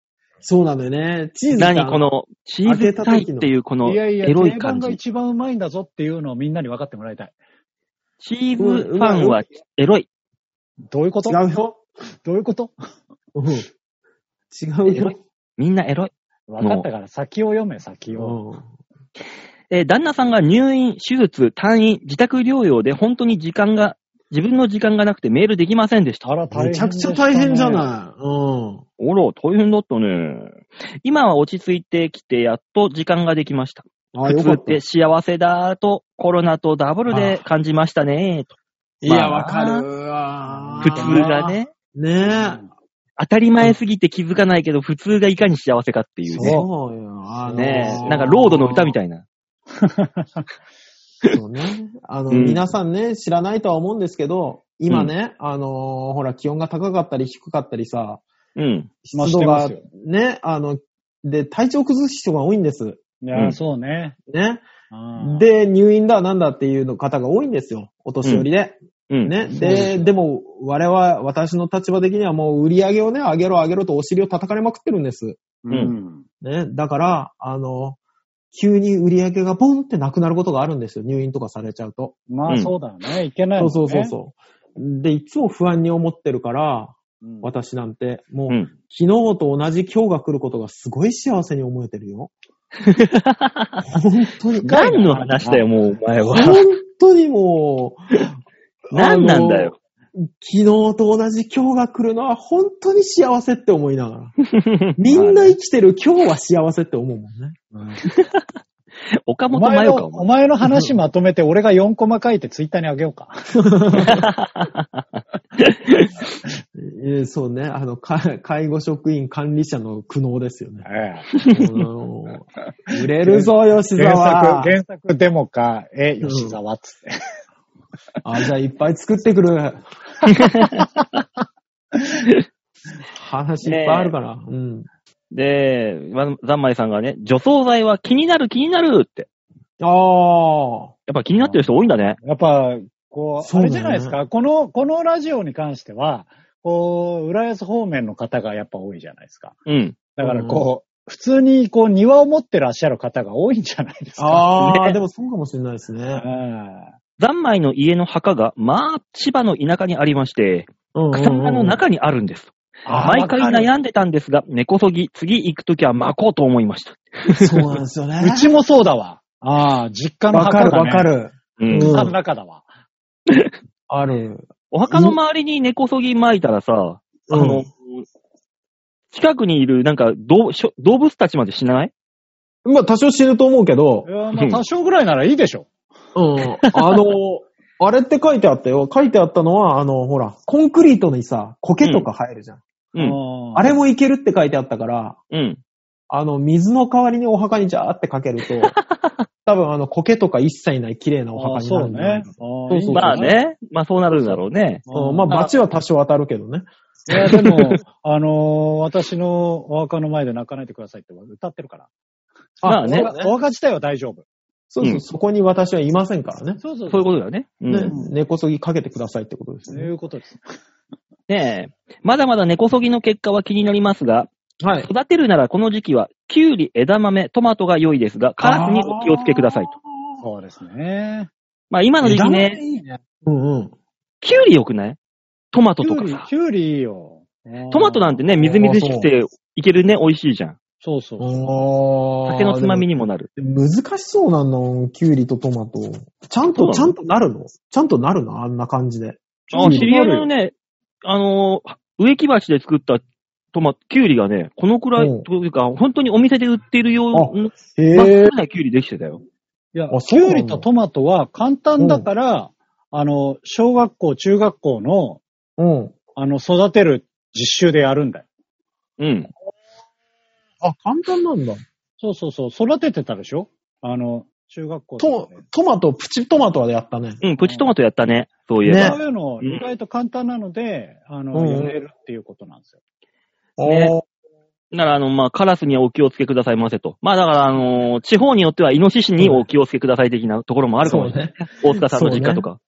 Speaker 3: そうなんだよね。チーズって
Speaker 2: 何この、チーズ臭いっていうこの
Speaker 4: いやいや、
Speaker 2: エロ
Speaker 4: 定
Speaker 2: い
Speaker 4: 番
Speaker 2: 感
Speaker 4: が
Speaker 2: じ。
Speaker 4: 一番うまいんだぞっていうのをみんなに分かってもらいたい。
Speaker 2: チーズファンはエロい。
Speaker 4: どういうこと
Speaker 3: あの違うよ。
Speaker 4: どういうこと
Speaker 3: うん違
Speaker 2: エロ
Speaker 3: う
Speaker 2: い
Speaker 3: よ。。
Speaker 2: みんなエロい。
Speaker 4: 分かったから先を読め、先を。
Speaker 3: うん
Speaker 2: えー旦那さんが入院、手術、退院、自宅療養で本当に時間が、自分の時間がなくてメールできませんでした。
Speaker 4: あら、大変
Speaker 3: めちゃくちゃ大変じゃ
Speaker 4: い。
Speaker 3: ない。うん。
Speaker 2: おら、大変だったね。今は落ち着いてきて、やっと時間ができました。
Speaker 3: ああ、
Speaker 2: 普
Speaker 3: よ
Speaker 2: 通
Speaker 3: か
Speaker 2: っ
Speaker 3: った。
Speaker 2: て幸せだと、コロナとダブルで感じましたね。と
Speaker 3: い
Speaker 2: まあ
Speaker 3: や、わかるわ。
Speaker 2: 普通がね、
Speaker 3: ねえ。
Speaker 2: 当たり前すぎて気づかないけど、普通がいかに幸せかっていうね。
Speaker 3: そうよ。あの
Speaker 2: ねえなんかロードの歌み
Speaker 3: い
Speaker 2: たいな。
Speaker 3: そうね。あの、
Speaker 2: うん
Speaker 3: 皆さんね、知らないとは思うんですけど、今ね、あのーほら、気温が高かったり低かったりさ、
Speaker 2: うん。
Speaker 4: まあ
Speaker 3: 湿度が
Speaker 4: してま
Speaker 3: ね、あの、で、体調崩す人が多いんです。
Speaker 4: いうや、
Speaker 2: ん
Speaker 4: そうね。
Speaker 3: ね。
Speaker 4: うん、
Speaker 3: で、入院だ、なんだっていうの方が多いんですよ。お年寄りで。
Speaker 2: うん。
Speaker 3: ね。で、でも、我々、私の立場的にはもう売り上げをね、上げろ上げろとお尻を叩かれまくってるんです。
Speaker 4: うんん。
Speaker 3: ね。だから、あの、急に売り上げがポンってなくなることがあるんですよ。入院とかされちゃうと。
Speaker 4: まあ、そうだよね。いけないもんね。
Speaker 3: そうそうそうそう。で、いつも不安に思ってるから、
Speaker 4: うん。
Speaker 3: 私なんて、もう、
Speaker 2: うん
Speaker 3: 昨日と同じ今日が来ることがすごい幸せに思えてるよ。本当に、
Speaker 2: 何の話だよ、もうお前
Speaker 3: 本
Speaker 2: は。
Speaker 3: 当にもう、
Speaker 2: 何なんだよ。
Speaker 3: 昨日と同じ今日が来るのは本当に幸せって思いな がら。みんな生きてる今日は幸せって思うもんね。
Speaker 2: 岡
Speaker 4: お
Speaker 2: 本
Speaker 4: 前
Speaker 2: 真
Speaker 4: の、
Speaker 2: 代か、お前
Speaker 4: お前の話まとめて、俺が4コマ書いてツイッターにあげようか。
Speaker 3: えーそうね、あの、か介護職員管理者の苦悩ですよ ね。
Speaker 4: え
Speaker 3: うん売れるぞ、吉
Speaker 4: え。原
Speaker 3: 沢
Speaker 4: 作、。原作デモか、え、吉沢っつって。
Speaker 3: あ、じゃあいっぱい作ってく る。話いっぱいあるから。うん。
Speaker 2: で、わざんまいさんがね、除草剤は気になる気になるって。
Speaker 3: ああ。
Speaker 2: やっぱ気になってる人多いんだね。
Speaker 4: やっぱ、こう、
Speaker 3: そ
Speaker 4: あ
Speaker 3: うだね
Speaker 4: れじゃないですか。この、このラジオに関しては、こう、浦安方面の方がやっぱ多いじゃないですか。
Speaker 2: うん。
Speaker 4: だからこう、普通にこう庭を持ってらっしゃる方が多いんじゃないですか。
Speaker 3: ああ、
Speaker 2: ね
Speaker 3: でもそうかもしれないですね。
Speaker 2: ざんまいの家の墓が、まあ、千葉の田舎にありまして、
Speaker 3: うんうんうん
Speaker 2: 草むらの中にあるんです。毎回
Speaker 4: い。
Speaker 2: 悩んでたんですが、根こそぎ、次行くときは巻こうと思いました。
Speaker 3: そうなんですよね。
Speaker 4: うちもそうだわ。ああ、実家の
Speaker 3: わかる
Speaker 4: 墓だ、ね。
Speaker 3: わか。る。
Speaker 2: うん
Speaker 3: うん
Speaker 4: 墓の中だわ。
Speaker 3: ある。
Speaker 2: お墓の周りに根こそぎ巻いたらさ、あ
Speaker 3: うん
Speaker 2: の、近くにいる、なんか、動しょ動物たちまで死なない
Speaker 3: まあ多少死ぬと思うけど
Speaker 4: い、やまあ多少ぐらいならいいでしょ。
Speaker 3: うん。あの、あれって書いてあったよ。書いてあったのは、あの、ほら、コンクリートにさ、苔とか生えるじゃん。
Speaker 2: うん。
Speaker 3: あれ
Speaker 4: も
Speaker 3: もいけるって書いてあったから、
Speaker 2: うん。
Speaker 3: あの、水の代わりにお墓にジャーってかけると、多分あの、苔とか一切ない綺麗なお墓にな
Speaker 4: そ
Speaker 3: る
Speaker 4: うん
Speaker 3: じゃな
Speaker 4: ね
Speaker 3: いか。。
Speaker 4: そう
Speaker 3: そう
Speaker 2: まあ。ね、まあそうなるんだろうね。
Speaker 3: うんまあ、
Speaker 4: あ、
Speaker 3: 街は多少当たるけどね。
Speaker 4: いや、でも、あのー私のお墓の前で泣かないでくださいって歌ってるから。
Speaker 2: まあね
Speaker 4: お墓お墓自体は大丈夫。
Speaker 3: そうそうう、
Speaker 2: ん
Speaker 3: そこに私はいませんからね。
Speaker 4: そうそう
Speaker 2: そういうことだよね。うん
Speaker 3: ね、根こそぎかけてくださいってことです
Speaker 4: そう
Speaker 3: ね。
Speaker 4: いうことです。
Speaker 2: ねえ。まだまだ根こそぎの結果は気になりますが、
Speaker 3: はい。
Speaker 2: 育てるならこの時期は、キュウリ、枝豆、トマトが良いですが、カラスにお気をつけくださいと。
Speaker 4: そうですね。
Speaker 2: まあ今の時期ね、
Speaker 3: うんうん。
Speaker 2: キュウリ良くないトマト
Speaker 4: キ
Speaker 2: と
Speaker 4: ュウ
Speaker 2: か
Speaker 4: リ、
Speaker 2: さ。
Speaker 4: キュウリいいよ。
Speaker 2: トマトなんてね、みずみずしくていけるね、美味しいじゃん。
Speaker 4: そうそうそう。
Speaker 3: お
Speaker 2: 酒のつまみにもなる。
Speaker 3: 難しそうなの、キュウリとトマト。ちゃん
Speaker 2: そうなの
Speaker 3: と、ちゃんとなるのちゃんとなるのあんな感じで。
Speaker 2: あ、知り合いのね、あのー、植木鉢で作ったトマト、キュウリがね、このくら
Speaker 3: うん
Speaker 2: い、というか、本当にお店で売ってるよう
Speaker 3: あ
Speaker 2: な、
Speaker 3: へ
Speaker 2: 真っ
Speaker 3: え
Speaker 2: 赤。なキュウリできてたよ。
Speaker 4: いや
Speaker 3: あ、そ
Speaker 4: キ
Speaker 3: う
Speaker 4: ュ
Speaker 3: なん
Speaker 4: ウ
Speaker 3: だ
Speaker 4: リとトマトは簡単だから、あの、小学校、中学校の、
Speaker 3: うん。
Speaker 4: あの、育てる実習でやるんだよ。
Speaker 2: うん。
Speaker 3: あ、簡単なんだ。
Speaker 4: そうそうそう、育ててたでしょあの、中学校と
Speaker 3: ト
Speaker 4: かね、
Speaker 3: トマト、プチトマトはやったね。
Speaker 2: うん、プチトマトやったね。そういえば。
Speaker 3: ね
Speaker 4: そういうの、意外と簡単なので、あの、
Speaker 3: うん
Speaker 4: やれるっていうことなんですよ。
Speaker 2: ね
Speaker 3: おー
Speaker 2: なら、あの、まあ、カラスにはお気をつけくださいませと。まあ、だから、あのー地方によっては、イノシシにお気をつけください的なところもあるかもしれない。
Speaker 3: そうね。
Speaker 2: 大塚さんの実家とか。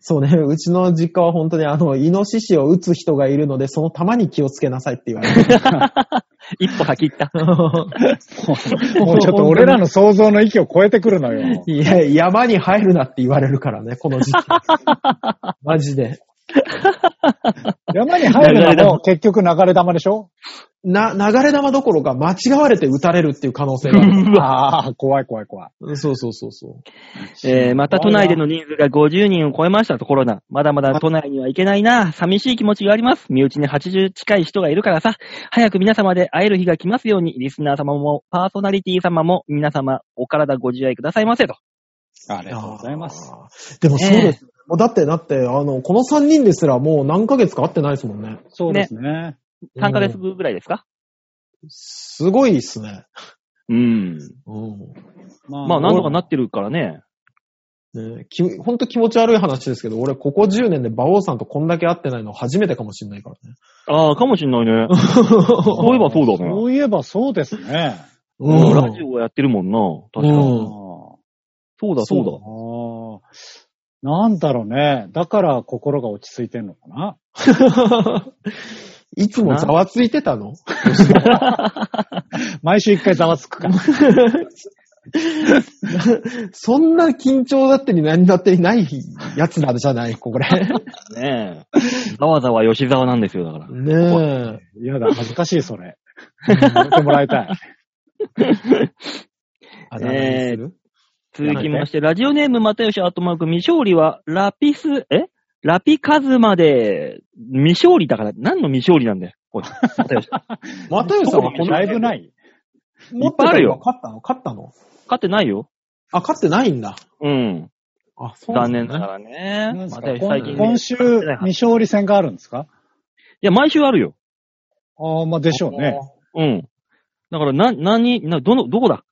Speaker 3: そうね。うちの実家は本当にあの、イノシシを撃つ人がいるので、その弾に気をつけなさいって言われ て。
Speaker 2: 一歩先行った。
Speaker 4: もうちょっと俺らの想像の域を超えてくるの よ。
Speaker 3: いや、山に入るなって言われるからね、この 時期。マジで。
Speaker 4: 山に入るのも結局流れ玉でしょ
Speaker 3: な、流れ玉どころか間違われて撃たれるっていう可能性がある。
Speaker 4: ああ、怖い怖い怖い。
Speaker 3: うんそうそうそう そう。
Speaker 2: えー、また都内での人数が50人を超えましたところだ。まだまだ都内には行けないな。寂しい気持ちがあります。身内に80近い人がいるからさ。早く皆様で会える日が来ますように、リスナー様も、パーソナリティ様も、皆様、お体ご自愛くださいませと。
Speaker 4: あり
Speaker 3: あ
Speaker 4: がとうございます。。
Speaker 3: でもそうです。もうだって、だって、あの、この3人ですらもう何ヶ月か会ってないですもんね。
Speaker 4: そうですね。
Speaker 2: 3ヶ月
Speaker 3: うん
Speaker 2: ぐらいですか
Speaker 3: すごいっすね。
Speaker 2: うん。
Speaker 3: うん。
Speaker 4: ま
Speaker 2: まあ、なんとかなってるからね。
Speaker 3: ねきほんと気持ち悪い話ですけど、俺ここ10年で馬王さんとこんだけ会ってないの初めてかもしれないからね。
Speaker 2: ああ、かもしんないね。 そういえばそうだ ね。
Speaker 4: そういえばそうですね。
Speaker 2: うん、ラジオをやってるもんな。確か
Speaker 3: う
Speaker 2: に。
Speaker 3: ん
Speaker 2: そうだ、そうだ。
Speaker 4: うだ。なんだろうね。だから心が落ち着いてんのかな。
Speaker 3: いつもざわついてたの
Speaker 4: 毎週一回ざわつく から。
Speaker 3: そんな緊張だってに何だってにないやつなんじゃないこれ。
Speaker 2: ねえ。ざわざわ吉沢なんですよ、だから。
Speaker 3: ね
Speaker 4: やだ、恥ずかしい、そ れ。やめてもらいたい。
Speaker 3: え。あだ名にする
Speaker 2: 続きまして、ラジオネーム、又吉アットマーク、未勝利は、ラピス、えラピカズマで、未勝利だから、何の未勝利なんだよ。おい、又 吉。勝
Speaker 3: 又吉さんはこの
Speaker 4: だいぶない。
Speaker 3: 持
Speaker 2: っぱいあるよ
Speaker 3: ってたの勝ったの
Speaker 2: っ
Speaker 3: 勝ったの
Speaker 2: てないよ。
Speaker 3: あ、勝ってないんだ。
Speaker 2: うん。
Speaker 3: あ、そうな
Speaker 2: 残
Speaker 3: んだ
Speaker 2: 念ながらね。
Speaker 4: なんですか
Speaker 2: 又吉最近ね。
Speaker 4: 今週、未勝利戦があるんですか
Speaker 2: いや、毎週あるよ。
Speaker 4: ああ、まあでしょうね。
Speaker 2: うん。だから、な、何、な、どの、どこだ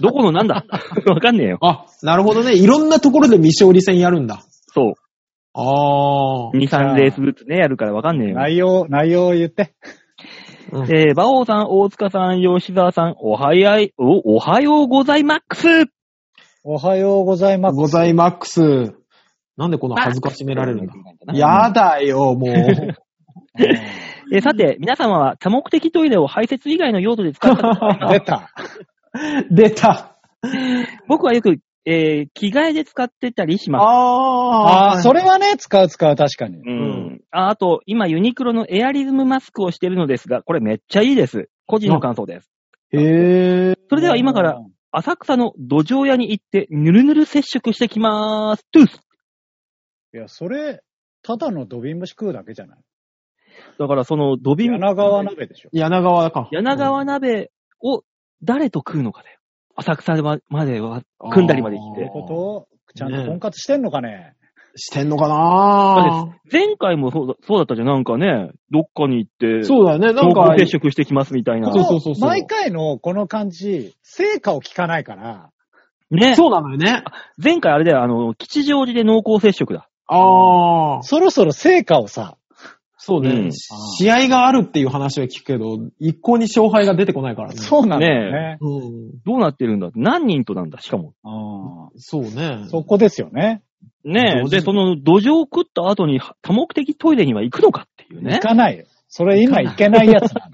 Speaker 2: どこのなんだ わかんねえよ。
Speaker 3: あ、なるほどね。いろんなところで未勝利戦やるんだ。
Speaker 2: そ
Speaker 3: ああ
Speaker 2: う。。2、3レースずつね、やるからわかんねえよ。
Speaker 4: 内容、内容を言って。
Speaker 2: えー、馬王さん、大塚さん、吉沢さん、おはやい、お、おはようございマックス
Speaker 4: おはようございます。
Speaker 3: ございマックス。なんでこの恥ずかしめられるんだ。やだよ、もう。
Speaker 2: えーさて、皆様は多目的トイレを排泄以外の用途で使った ことあります
Speaker 3: 出
Speaker 4: 出た。
Speaker 3: た。
Speaker 2: 僕はよく、えー着替えで使ってたりします。
Speaker 3: あ
Speaker 4: ああ、それはね、使う使う、確かに。
Speaker 2: うん、ああと、今ユニクロのエアリズムマスクをしてるのですが、これめっちゃいいです。個人の感想です。
Speaker 3: へえ。
Speaker 2: それでは今から。浅草の土壌屋に行って、ぬるぬる接触してきまーす。トゥース
Speaker 4: いや、それ、ただの土瓶蒸し食うだけじゃない。
Speaker 2: だからその土瓶、
Speaker 4: 柳川鍋でしょ。
Speaker 3: 柳川か。
Speaker 2: 柳川鍋を誰と食うのかだよ。浅草までは、組んだりまで来
Speaker 4: そういう
Speaker 2: て。
Speaker 4: ことちゃん
Speaker 3: ね
Speaker 4: と婚活してんのかね
Speaker 3: してんのかな
Speaker 2: 前回もそうだそうだったじゃん。なんかね、どっかに行って、
Speaker 3: そうだよね。なん
Speaker 2: 濃
Speaker 3: か
Speaker 2: 厚、接触してきますみたいな。
Speaker 3: そうそうそうそう
Speaker 4: 毎回のこの感じ、成果を聞かないから、
Speaker 2: ね。
Speaker 3: そうなのよね。
Speaker 2: 前回あれだよ、あの、吉祥寺で濃厚接触だ。
Speaker 3: ああ。
Speaker 4: そろそろ成果をさ、
Speaker 3: そうね、
Speaker 2: うん
Speaker 3: し試合があるっていう話は聞くけど、一向に勝敗が出てこないからね。
Speaker 4: そうなんだよね。
Speaker 3: う。ん。
Speaker 2: どうなってるんだ何人となんだしかも。
Speaker 4: あ
Speaker 3: そうね
Speaker 4: ー。そこですよね。
Speaker 2: ね
Speaker 3: ど
Speaker 2: え。
Speaker 3: う
Speaker 2: で、
Speaker 3: し
Speaker 2: その、土壌を食った後に多目的トイレには行くのかっていう
Speaker 4: 行
Speaker 2: ね。
Speaker 4: かないよ。それ今行けないやつなん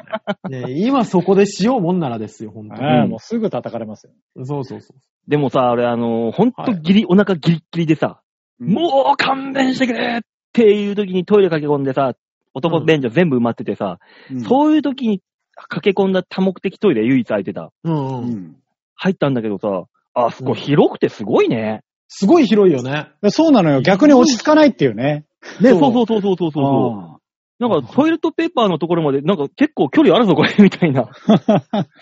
Speaker 4: だよ。
Speaker 3: ね今そこでしようもんならですよ、本当
Speaker 4: あー
Speaker 2: うん
Speaker 4: もうすぐ叩かれますよ。
Speaker 3: に。そうそうそ
Speaker 2: でもさ、あれあの、ほんとギリ、お腹ギリッギリでさ、もう勘弁してくれっていう時にトイレ駆け込んでさ、男便所全部埋まっててさ、
Speaker 4: うん、
Speaker 2: そういう時に駆け込んだ多目的トイレ唯一空いてた。
Speaker 3: う。うん
Speaker 4: う
Speaker 3: うん。
Speaker 4: ん
Speaker 2: 入ったんだけどさ、あそこ広くてすごいね。
Speaker 3: すごい広いよね。
Speaker 4: でそうなのよ。逆に落ち着かないっていうね。
Speaker 2: ね、そうそうそうそうそうそう。
Speaker 4: あー
Speaker 2: なんかトイレットペーパーのところまで、なんか結構距離あるぞ、これ、みたいな。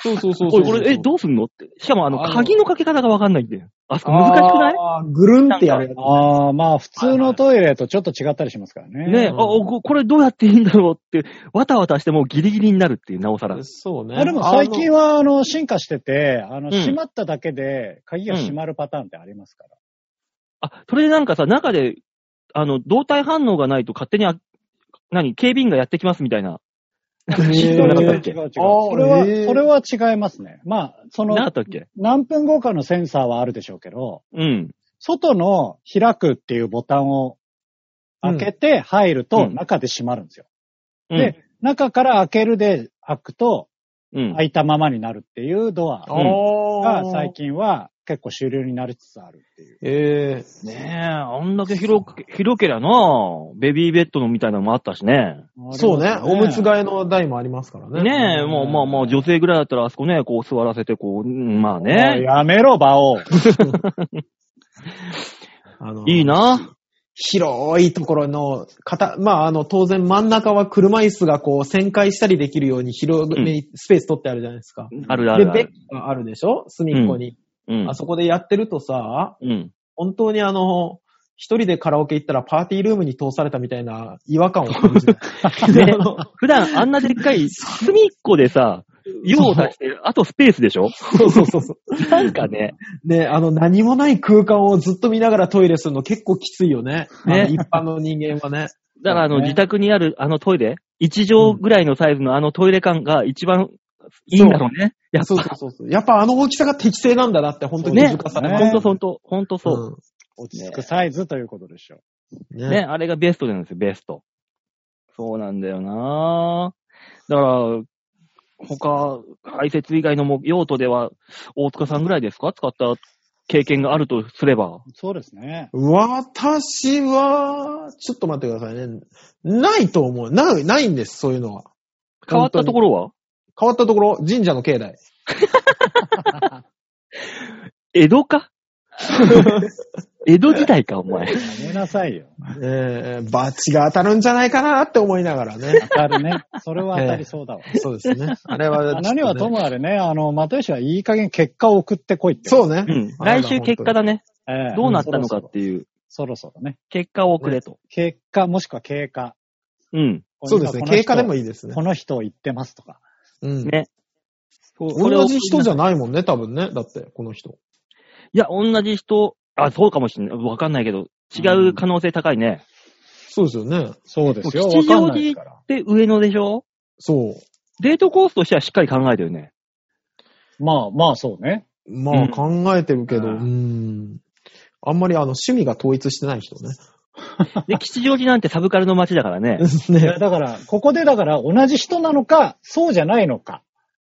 Speaker 3: そうそうそうそ
Speaker 2: お
Speaker 3: う
Speaker 2: い、これ、え、どうすんのって。しかも、あの、
Speaker 3: あの
Speaker 2: 鍵のかけ方がわかんないんだよ。あそこ難しくない
Speaker 3: あーぐるんってやるやつ。
Speaker 4: ああ、まあ普通のトイレとちょっと違ったりしますからね。
Speaker 2: ねえ、あ、おここれどうやっていいんだろうって、わたわたしてもうギリギリになるっていう、なおさら。
Speaker 3: そうね。
Speaker 4: あでも最近は、あの、進化してて、あの、
Speaker 2: ん
Speaker 4: 閉まっただけで、鍵が閉まるパターンってありますから。
Speaker 2: あ、それでなんかさ、中で、あの、動体反応がないと勝手にあ、何、警備員がやってきますみたいな。なんか
Speaker 3: へー
Speaker 2: システ
Speaker 4: 違う
Speaker 2: ムなかった
Speaker 4: 違
Speaker 2: っ
Speaker 4: う
Speaker 2: け
Speaker 4: 違う。
Speaker 3: あー
Speaker 4: それは、
Speaker 3: へー
Speaker 4: それは違いますね。まあ、そ
Speaker 2: なか
Speaker 4: の
Speaker 2: っ、たっけ
Speaker 4: 何分後かのセンサーはあるでしょうけど、
Speaker 2: うん。
Speaker 4: 外の開くっていうボタンを開けて入ると、
Speaker 2: うん
Speaker 4: 中で閉まるんですよ。
Speaker 2: うん
Speaker 4: で、中から開けるで開くと、
Speaker 2: うん。
Speaker 4: 開いたままになるっていうドア
Speaker 2: うん
Speaker 3: あ
Speaker 4: が
Speaker 3: あ、
Speaker 4: 最。近は結構主流になりつつあるっていう。
Speaker 3: ええ
Speaker 2: ねえ、あんだけ広く、広けりゃなあベビーベッドのみたいなのもあったしね。
Speaker 3: そうね。おむつ
Speaker 4: が
Speaker 3: 替えの台もありますからね。
Speaker 2: ねえ、もうまあまあ、女性ぐらいだったらあそこね、こう座らせて、こう、うんまあね、
Speaker 4: やめろ、馬王。
Speaker 3: あの
Speaker 2: いいな。
Speaker 3: 広いところの、かた、まあ、あの、当然真ん中は車椅子がこう旋回したりできるように広めにスペース取ってあるじゃないですか。
Speaker 2: あるあ
Speaker 3: で、
Speaker 2: るあ
Speaker 3: ベッ
Speaker 2: る。
Speaker 3: ドがあるでしょ隅っこに、
Speaker 2: うん
Speaker 3: あ。そこでやってるとさ、
Speaker 2: うん。
Speaker 3: 本当にあの、一人でカラオケ行ったらパーティールームに通されたみたいな違和感を感じる。
Speaker 2: ね、普段あんなでっかい隅っこでさ、用を足してる、あとスペースでしょ
Speaker 3: そうそうそうそう。
Speaker 2: なんかね、
Speaker 3: ね、あの、何もない空間をずっと見ながらトイレするの結構きついよね。
Speaker 2: ね
Speaker 3: ね。一般の人間はね。
Speaker 2: だからあの
Speaker 4: そうね
Speaker 2: 自宅にあるあのトイレ、1畳ぐらいのサイズのあのトイレ感が一番いいんだろうね。やっ
Speaker 3: そうそうそうそう。やっぱあの大きさが適正なんだなって本当
Speaker 2: ぱ
Speaker 3: に気
Speaker 2: ね
Speaker 3: づかさ、れま
Speaker 4: ね
Speaker 2: ほんとほんと、ほんと
Speaker 3: す。
Speaker 2: そう。
Speaker 4: 落ち着くサイズということでしょう。
Speaker 3: うんね
Speaker 2: ね、あれがベストなんですよ、ベスト。そうなんだよなぁ。だから、他、解説以外のも用途では、大塚さんぐらいですか使った経験があるとすれば。
Speaker 4: そうですね。
Speaker 3: 私は、ちょっと待ってくださいね。ないと思う。ない、ないんです、そういうのは。
Speaker 2: 変わったところは
Speaker 3: 変わったところ、神社の境内。
Speaker 2: 江戸か 江戸時代か、お前。
Speaker 4: やめなさいよ。
Speaker 3: えー、バチが当たるんじゃないかなって思いながらね。
Speaker 4: 当たるね。それは当たりそうだわ。
Speaker 3: そうですね。あれは、
Speaker 4: まあ 何はともあれね、あの、又吉はいい加減結果を送ってこいって。
Speaker 3: そうね。
Speaker 2: うん。来週結果だね。
Speaker 4: ええ
Speaker 2: どうなったのかっていう、
Speaker 4: そろそろそろそろね。
Speaker 2: 結果をくれと。
Speaker 4: 結果、もしくは経過。
Speaker 2: うん。
Speaker 3: そうですね。
Speaker 4: この人
Speaker 3: 経過でもいいですね
Speaker 4: こ。の人を言ってますとか。
Speaker 3: うん。
Speaker 2: ね。そうそれを
Speaker 3: 同じ人じゃないもんね、多分ね。だって、この人。
Speaker 2: いや、同じ人、あ、そうかもしれない。わかんないけど、違う可能性高いね。
Speaker 3: そうですよね。
Speaker 4: そうですよ。
Speaker 2: もう
Speaker 4: わ
Speaker 2: 吉祥寺
Speaker 4: かんないですから。
Speaker 2: で、上野でしょ
Speaker 3: そう。
Speaker 2: デートコースとしてはしっかり考えたよ ね。
Speaker 4: まあまあ、そうね。
Speaker 3: ま
Speaker 2: う
Speaker 3: あ
Speaker 2: ん
Speaker 3: 考えてるけど、
Speaker 4: う
Speaker 3: うんん。あんまりあの趣味が統一してない人ね。
Speaker 2: で、吉祥寺なんてサブカルの街だからね。
Speaker 4: いや
Speaker 3: ね。
Speaker 4: だから、ここでだから、同じ人なのか、そうじゃないのか、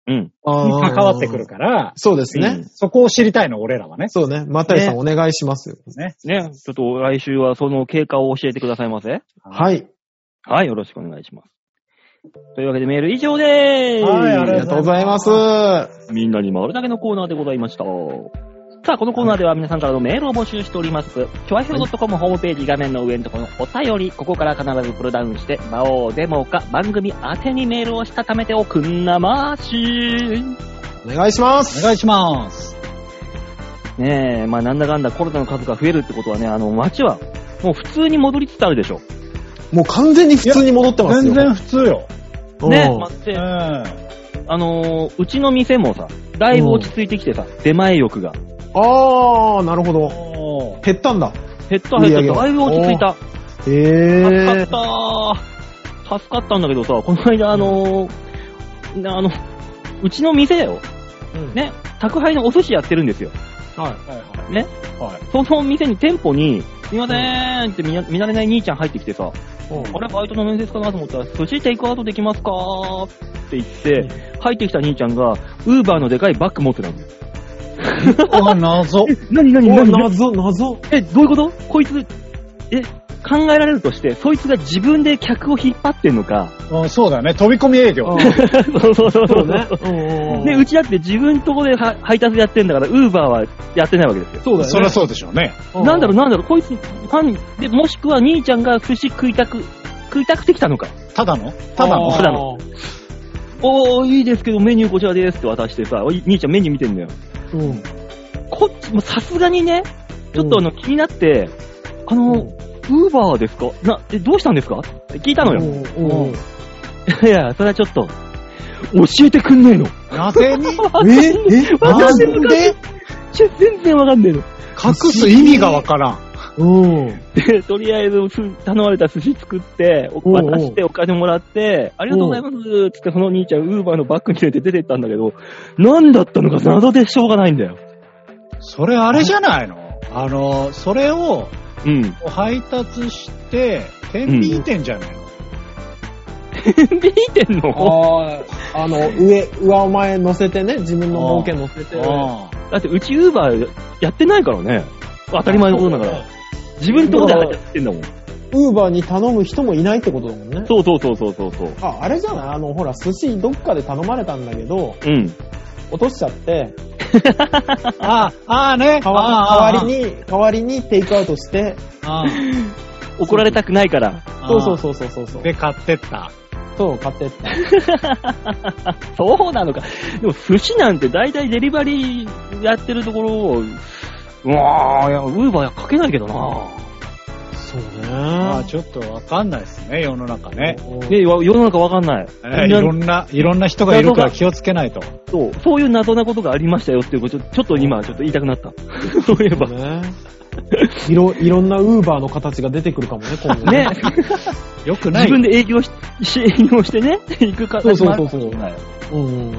Speaker 2: うん。
Speaker 3: 関
Speaker 4: に関わってくるから、
Speaker 3: そうですね。
Speaker 2: うん
Speaker 4: そこを知りたいの、俺らはね。
Speaker 3: そうね。マタイさんお願いしますよ。
Speaker 2: ね。ちょっと来週はその経過を教えてくださいませ。
Speaker 3: はい。
Speaker 2: はい、よろしくお願いします。というわけでメール以上でーす。
Speaker 4: はい
Speaker 3: ありがとうございます。
Speaker 2: みんなに丸投げのコーナーでございました。さあ、このコーナーでは皆さんからのメールを募集しております。ちょあひょう .com ホームページ画面の上のところのお便り、ここから必ずプルダウンして、魔王デモか番組宛てにメールをしたためておくんなまーし
Speaker 3: お願いしま
Speaker 4: お
Speaker 3: す。
Speaker 4: 願いします。
Speaker 2: ねえ、まあなんだかんだコロナの数が増えるってことはね、あの街はもう普通に戻りつつあるでしょ。
Speaker 3: もう完全に普通に戻ってますよ。
Speaker 4: 全然普通よ。
Speaker 3: うん。
Speaker 2: ねえ、まあ
Speaker 4: う
Speaker 2: で
Speaker 4: ん。
Speaker 2: あのーうちの店もさ、だいぶ落ち着いてきてさ、出前欲が。
Speaker 3: あー、なるほど。
Speaker 4: おー
Speaker 3: 減ったんだ。
Speaker 2: 減った減った、だいぶ落ち着いた。
Speaker 3: へ
Speaker 2: 助か
Speaker 3: え
Speaker 2: っ。たー。助かったんだけどさ、この間、あのー、なあの、うちの店だよ。
Speaker 3: うん
Speaker 2: ね、宅配のお寿司やってるんですよ。
Speaker 3: はい。
Speaker 4: はいはい。
Speaker 2: ね。
Speaker 4: はい。
Speaker 2: その店に、店舗に、すいませーんって見な見慣れない兄ちゃん入ってきてさ、あれバイトの面接かなと思ったら、寿司テイクアウトできますかーって言って、入ってきた兄ちゃんが、ウーバーのでかいバッグ持ってたんだよ。
Speaker 4: あ、 謎。
Speaker 2: なになにな
Speaker 3: お
Speaker 2: に
Speaker 3: 謎、謎。
Speaker 2: え、どういうことこいつ、え、考えられるとして、そいつが自分で客を引っ張ってんのか。
Speaker 4: うんそうだね。飛び込み営業。
Speaker 2: そうそうそう
Speaker 3: そ
Speaker 2: そうう。
Speaker 3: ね。うんうん
Speaker 2: ね、うちだって自分とこでは配達やってんだから、ウーバーはやってないわけですよ。
Speaker 3: そうだよね。
Speaker 4: そりゃそうでしょうね。
Speaker 3: う
Speaker 2: なんだろう、なんだろう、こいつ、何で、もしくは兄ちゃんが寿司食いたく食いたくて来たのか。
Speaker 4: ただのただの
Speaker 2: あーだの。おー、いいですけど、メニューこちらですって渡してさ、おい兄ちゃんメニュー見てんだよ。
Speaker 3: うん。
Speaker 2: こっち、もうさすがにね、ちょっとあの、気になって、あ
Speaker 3: う
Speaker 2: の
Speaker 3: ん、
Speaker 2: ウーバーですかな、え、どうしたんですかって聞いたのよ。
Speaker 3: うんうん
Speaker 2: いや、それはちょっと、教えてくんねえの。
Speaker 4: なぜに
Speaker 3: ええ
Speaker 2: わかんねえ
Speaker 4: なんで
Speaker 2: ちょ全然わかんねえの。
Speaker 4: 隠す意味がわからん。
Speaker 3: うん。
Speaker 2: で、とりあえず、す頼まれた寿司作って、お
Speaker 3: おうおう
Speaker 2: 渡してお金もらって、ありがとうございますつって、その兄ちゃん、ウーバーのバッグに入れて出てったんだけど、何だったのか謎でしょうがないんだよ。
Speaker 4: それあれじゃないのあの、それを
Speaker 2: うん。
Speaker 4: 配達して、天秤店じゃないの、
Speaker 2: 見てんの
Speaker 3: ああ、あの、上、上前乗せてね、自分の儲け乗せて。
Speaker 4: ああ
Speaker 2: だって、うちウーバーやってないからね。当たり前のことだから。自分とこでやってんだもん。
Speaker 3: ウーバーに頼む人もいないってことだもんね。
Speaker 2: そうそうそうそうそうそう。
Speaker 3: あ、あれじゃないあの、ほら、寿司どっかで頼まれたんだけど、
Speaker 2: うん。
Speaker 3: 落としちゃって、
Speaker 4: ああ、ああね。
Speaker 3: 代わ代わりに、代わりにテイクアウトして、
Speaker 4: ああ。
Speaker 2: 怒られたくないから。
Speaker 4: あ あ
Speaker 3: そうそうそうそうそうそう。
Speaker 4: で、買ってった。
Speaker 3: そう、買ってって。
Speaker 2: そうなのか。でも寿司なんて大体デリバリーやってるところを、うわーいや、ウーバーかけないけどな
Speaker 3: そうね。
Speaker 4: まあちょっとわかんないですね、世の中ね。
Speaker 2: ね、わ世の中わかんない。
Speaker 4: えーいろんな、いろんな人がいるから気をつけないと。
Speaker 2: そう、そういう謎なことがありましたよっていうこと、ちょちょっと今、ちょっと言いたくなった。 そういえば。
Speaker 3: ね。いろ、いろんなウーバーの形が出てくるかもね、今後
Speaker 2: ね、
Speaker 4: よくない
Speaker 2: 自分で営業し、 し営業してね、行くか、
Speaker 3: そうそうそうそう
Speaker 2: まあね
Speaker 3: うん。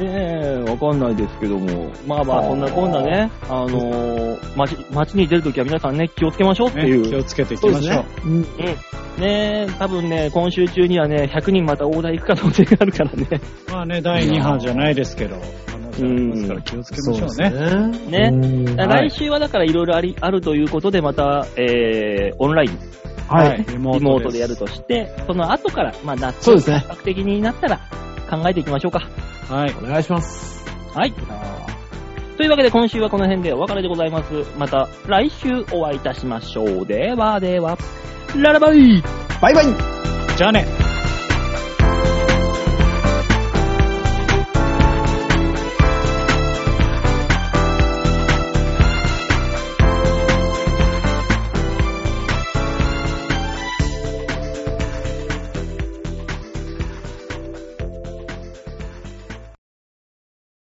Speaker 2: え、わかんないですけども。まあまあ、そんなこんなね、あのー、街、街に出るときは皆さんね、気をつけましょうって
Speaker 4: ね
Speaker 2: いう。
Speaker 4: 気をつけていきましょう。
Speaker 3: うん。
Speaker 2: ねえ、多分ね、今週中にはね、100人また大台行く可能性があるからね。
Speaker 4: まあね、第2波じゃないですけど、可能性ありますから気をつけましょうね。
Speaker 3: ね。
Speaker 2: ね
Speaker 3: うん
Speaker 4: はい
Speaker 2: 来週はだからいろいろあり、あるということで、また、えー、オンライン、リ
Speaker 3: はい。
Speaker 4: リ
Speaker 2: モ
Speaker 4: モ
Speaker 2: ートでやる
Speaker 4: と。
Speaker 2: として、その後から、まあ、夏、
Speaker 3: そうですね
Speaker 2: 本格的になったら、考えていきましょうか。
Speaker 4: はい。
Speaker 3: お願いします。
Speaker 2: はい。というわけで、今週はこの辺でお別れでございます。また、来週お会いいたしましょう。では、では、ララバイ
Speaker 3: バイバイ
Speaker 4: じゃあね。